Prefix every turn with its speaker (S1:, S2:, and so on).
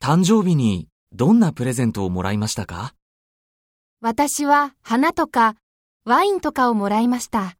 S1: 誕生日にどんなプレゼントをもらいましたか
S2: 私は花とかワインとかをもらいました。